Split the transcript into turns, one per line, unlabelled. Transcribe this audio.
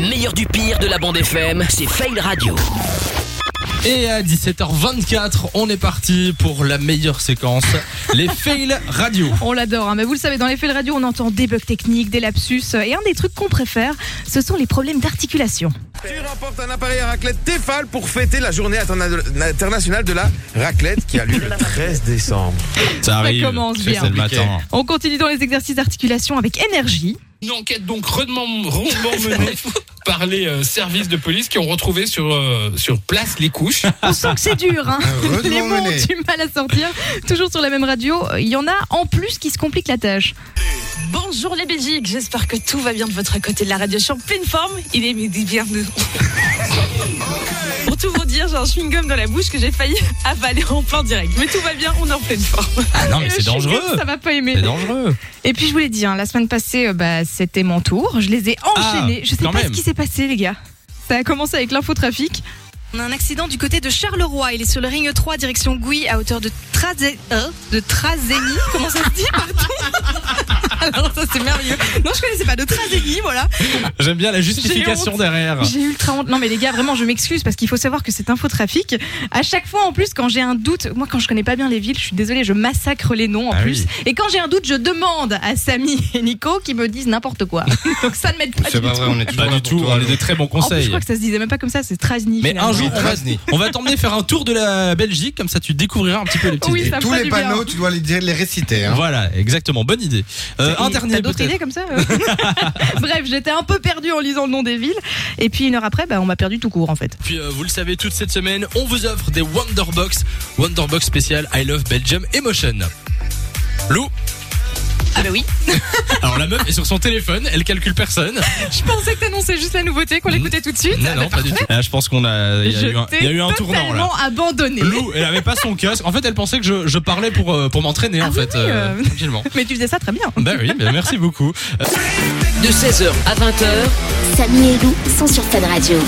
meilleur du pire de la bande FM, c'est Fail Radio.
Et à 17h24, on est parti pour la meilleure séquence, les fails radio.
On l'adore, hein, mais vous le savez, dans les faits de radio, on entend des bugs techniques, des lapsus, euh, et un des trucs qu'on préfère, ce sont les problèmes d'articulation.
Tu remportes un appareil à raclette Tefal pour fêter la journée interna- internationale de la raclette qui a lieu le 13 décembre.
Ça
arrive, commence c'est bien. le
matin.
On continue dans les exercices d'articulation avec énergie.
Une enquête donc rondement, rondement menée par les euh, services de police qui ont retrouvé sur, euh, sur place les couches.
On sent que c'est dur, hein.
Heureusement
les mots ont
mené.
du mal à sortir. Toujours sur la même radio, euh, il y en a en plus qui se compliquent la tâche.
Bonjour les Belgiques, j'espère que tout va bien de votre côté de la radio. Je suis en pleine forme, il est midi, bienvenue. Pour tout vous dire, j'ai un chewing-gum dans la bouche que j'ai failli avaler en plein direct. Mais tout va bien, on est en pleine forme.
Ah non,
Et
mais
le
c'est
chewing-gum,
dangereux.
Ça va pas aimer.
C'est dangereux.
Et puis je vous l'ai dit, hein, la semaine passée, euh, bah, c'était mon tour. Je les ai enchaînés.
Ah,
je sais
quand
pas
même.
ce qui s'est passé, les gars. Ça a commencé avec l'infotrafic.
On a un accident du côté de Charleroi. Il est sur le ring 3, direction Gouy, à hauteur de Trazé... euh, de Trazény. Comment ça se dit Pardon Alors ça c'est merveilleux. Non, je connaissais pas. De Trazény, voilà.
J'aime bien la
J'ai
justification derrière.
J'ai ultra honte. Non, mais les gars, vraiment, je m'excuse parce qu'il faut savoir que c'est infotrafic. À chaque fois, en plus, quand j'ai un doute, moi, quand je connais pas bien les villes, je suis désolée, je massacre les noms en
Ah
plus.
oui.
Et quand j'ai un doute, je demande à Samy et Nico qui me disent n'importe quoi. Donc ça ne m'aide pas du tout.
on est
Pas du tout, on est des très bons
En plus, je
conseils.
crois que ça se disait même pas comme ça, c'est Trasny.
Mais
finalement.
un jour, on va,
Krasny.
on va t'emmener faire un tour de la Belgique, comme ça tu découvriras un petit peu les petites
Oui,
villes.
ça me
Tous
fera
les
du bien.
panneaux, tu dois les, dire- les réciter. hein.
Voilà, exactement, bonne idée. Euh,
Et
un
T'as
dernier
d'autres
peut-être.
idées comme ça euh Bref, j'étais un peu perdue en lisant le nom des villes. Et puis une heure après, bah, on m'a perdu tout court en fait.
Puis euh, vous le savez, toute cette semaine, on vous offre des Wonderbox, Wonderbox spécial I Love Belgium Emotion. Lou
Ah bah oui.
Alors la meuf est sur son téléphone, elle calcule personne.
Je pensais que t'annonçais juste la nouveauté, qu'on l'écoutait tout de suite.
Non, non, pas du tout. Là, Ah, je pense qu'on a, il y a eu un, il y a eu un tournant là.
abandonné.
Lou, elle avait pas son casque. En fait, elle pensait que je, je parlais pour, euh, pour m'entraîner,
Ah
en
oui,
fait,
oui, euh.
tranquillement.
Mais tu faisais ça très bien.
Bah oui, bah merci beaucoup.
De 16h à 20h,
Samy et Lou sont sur Fun Radio.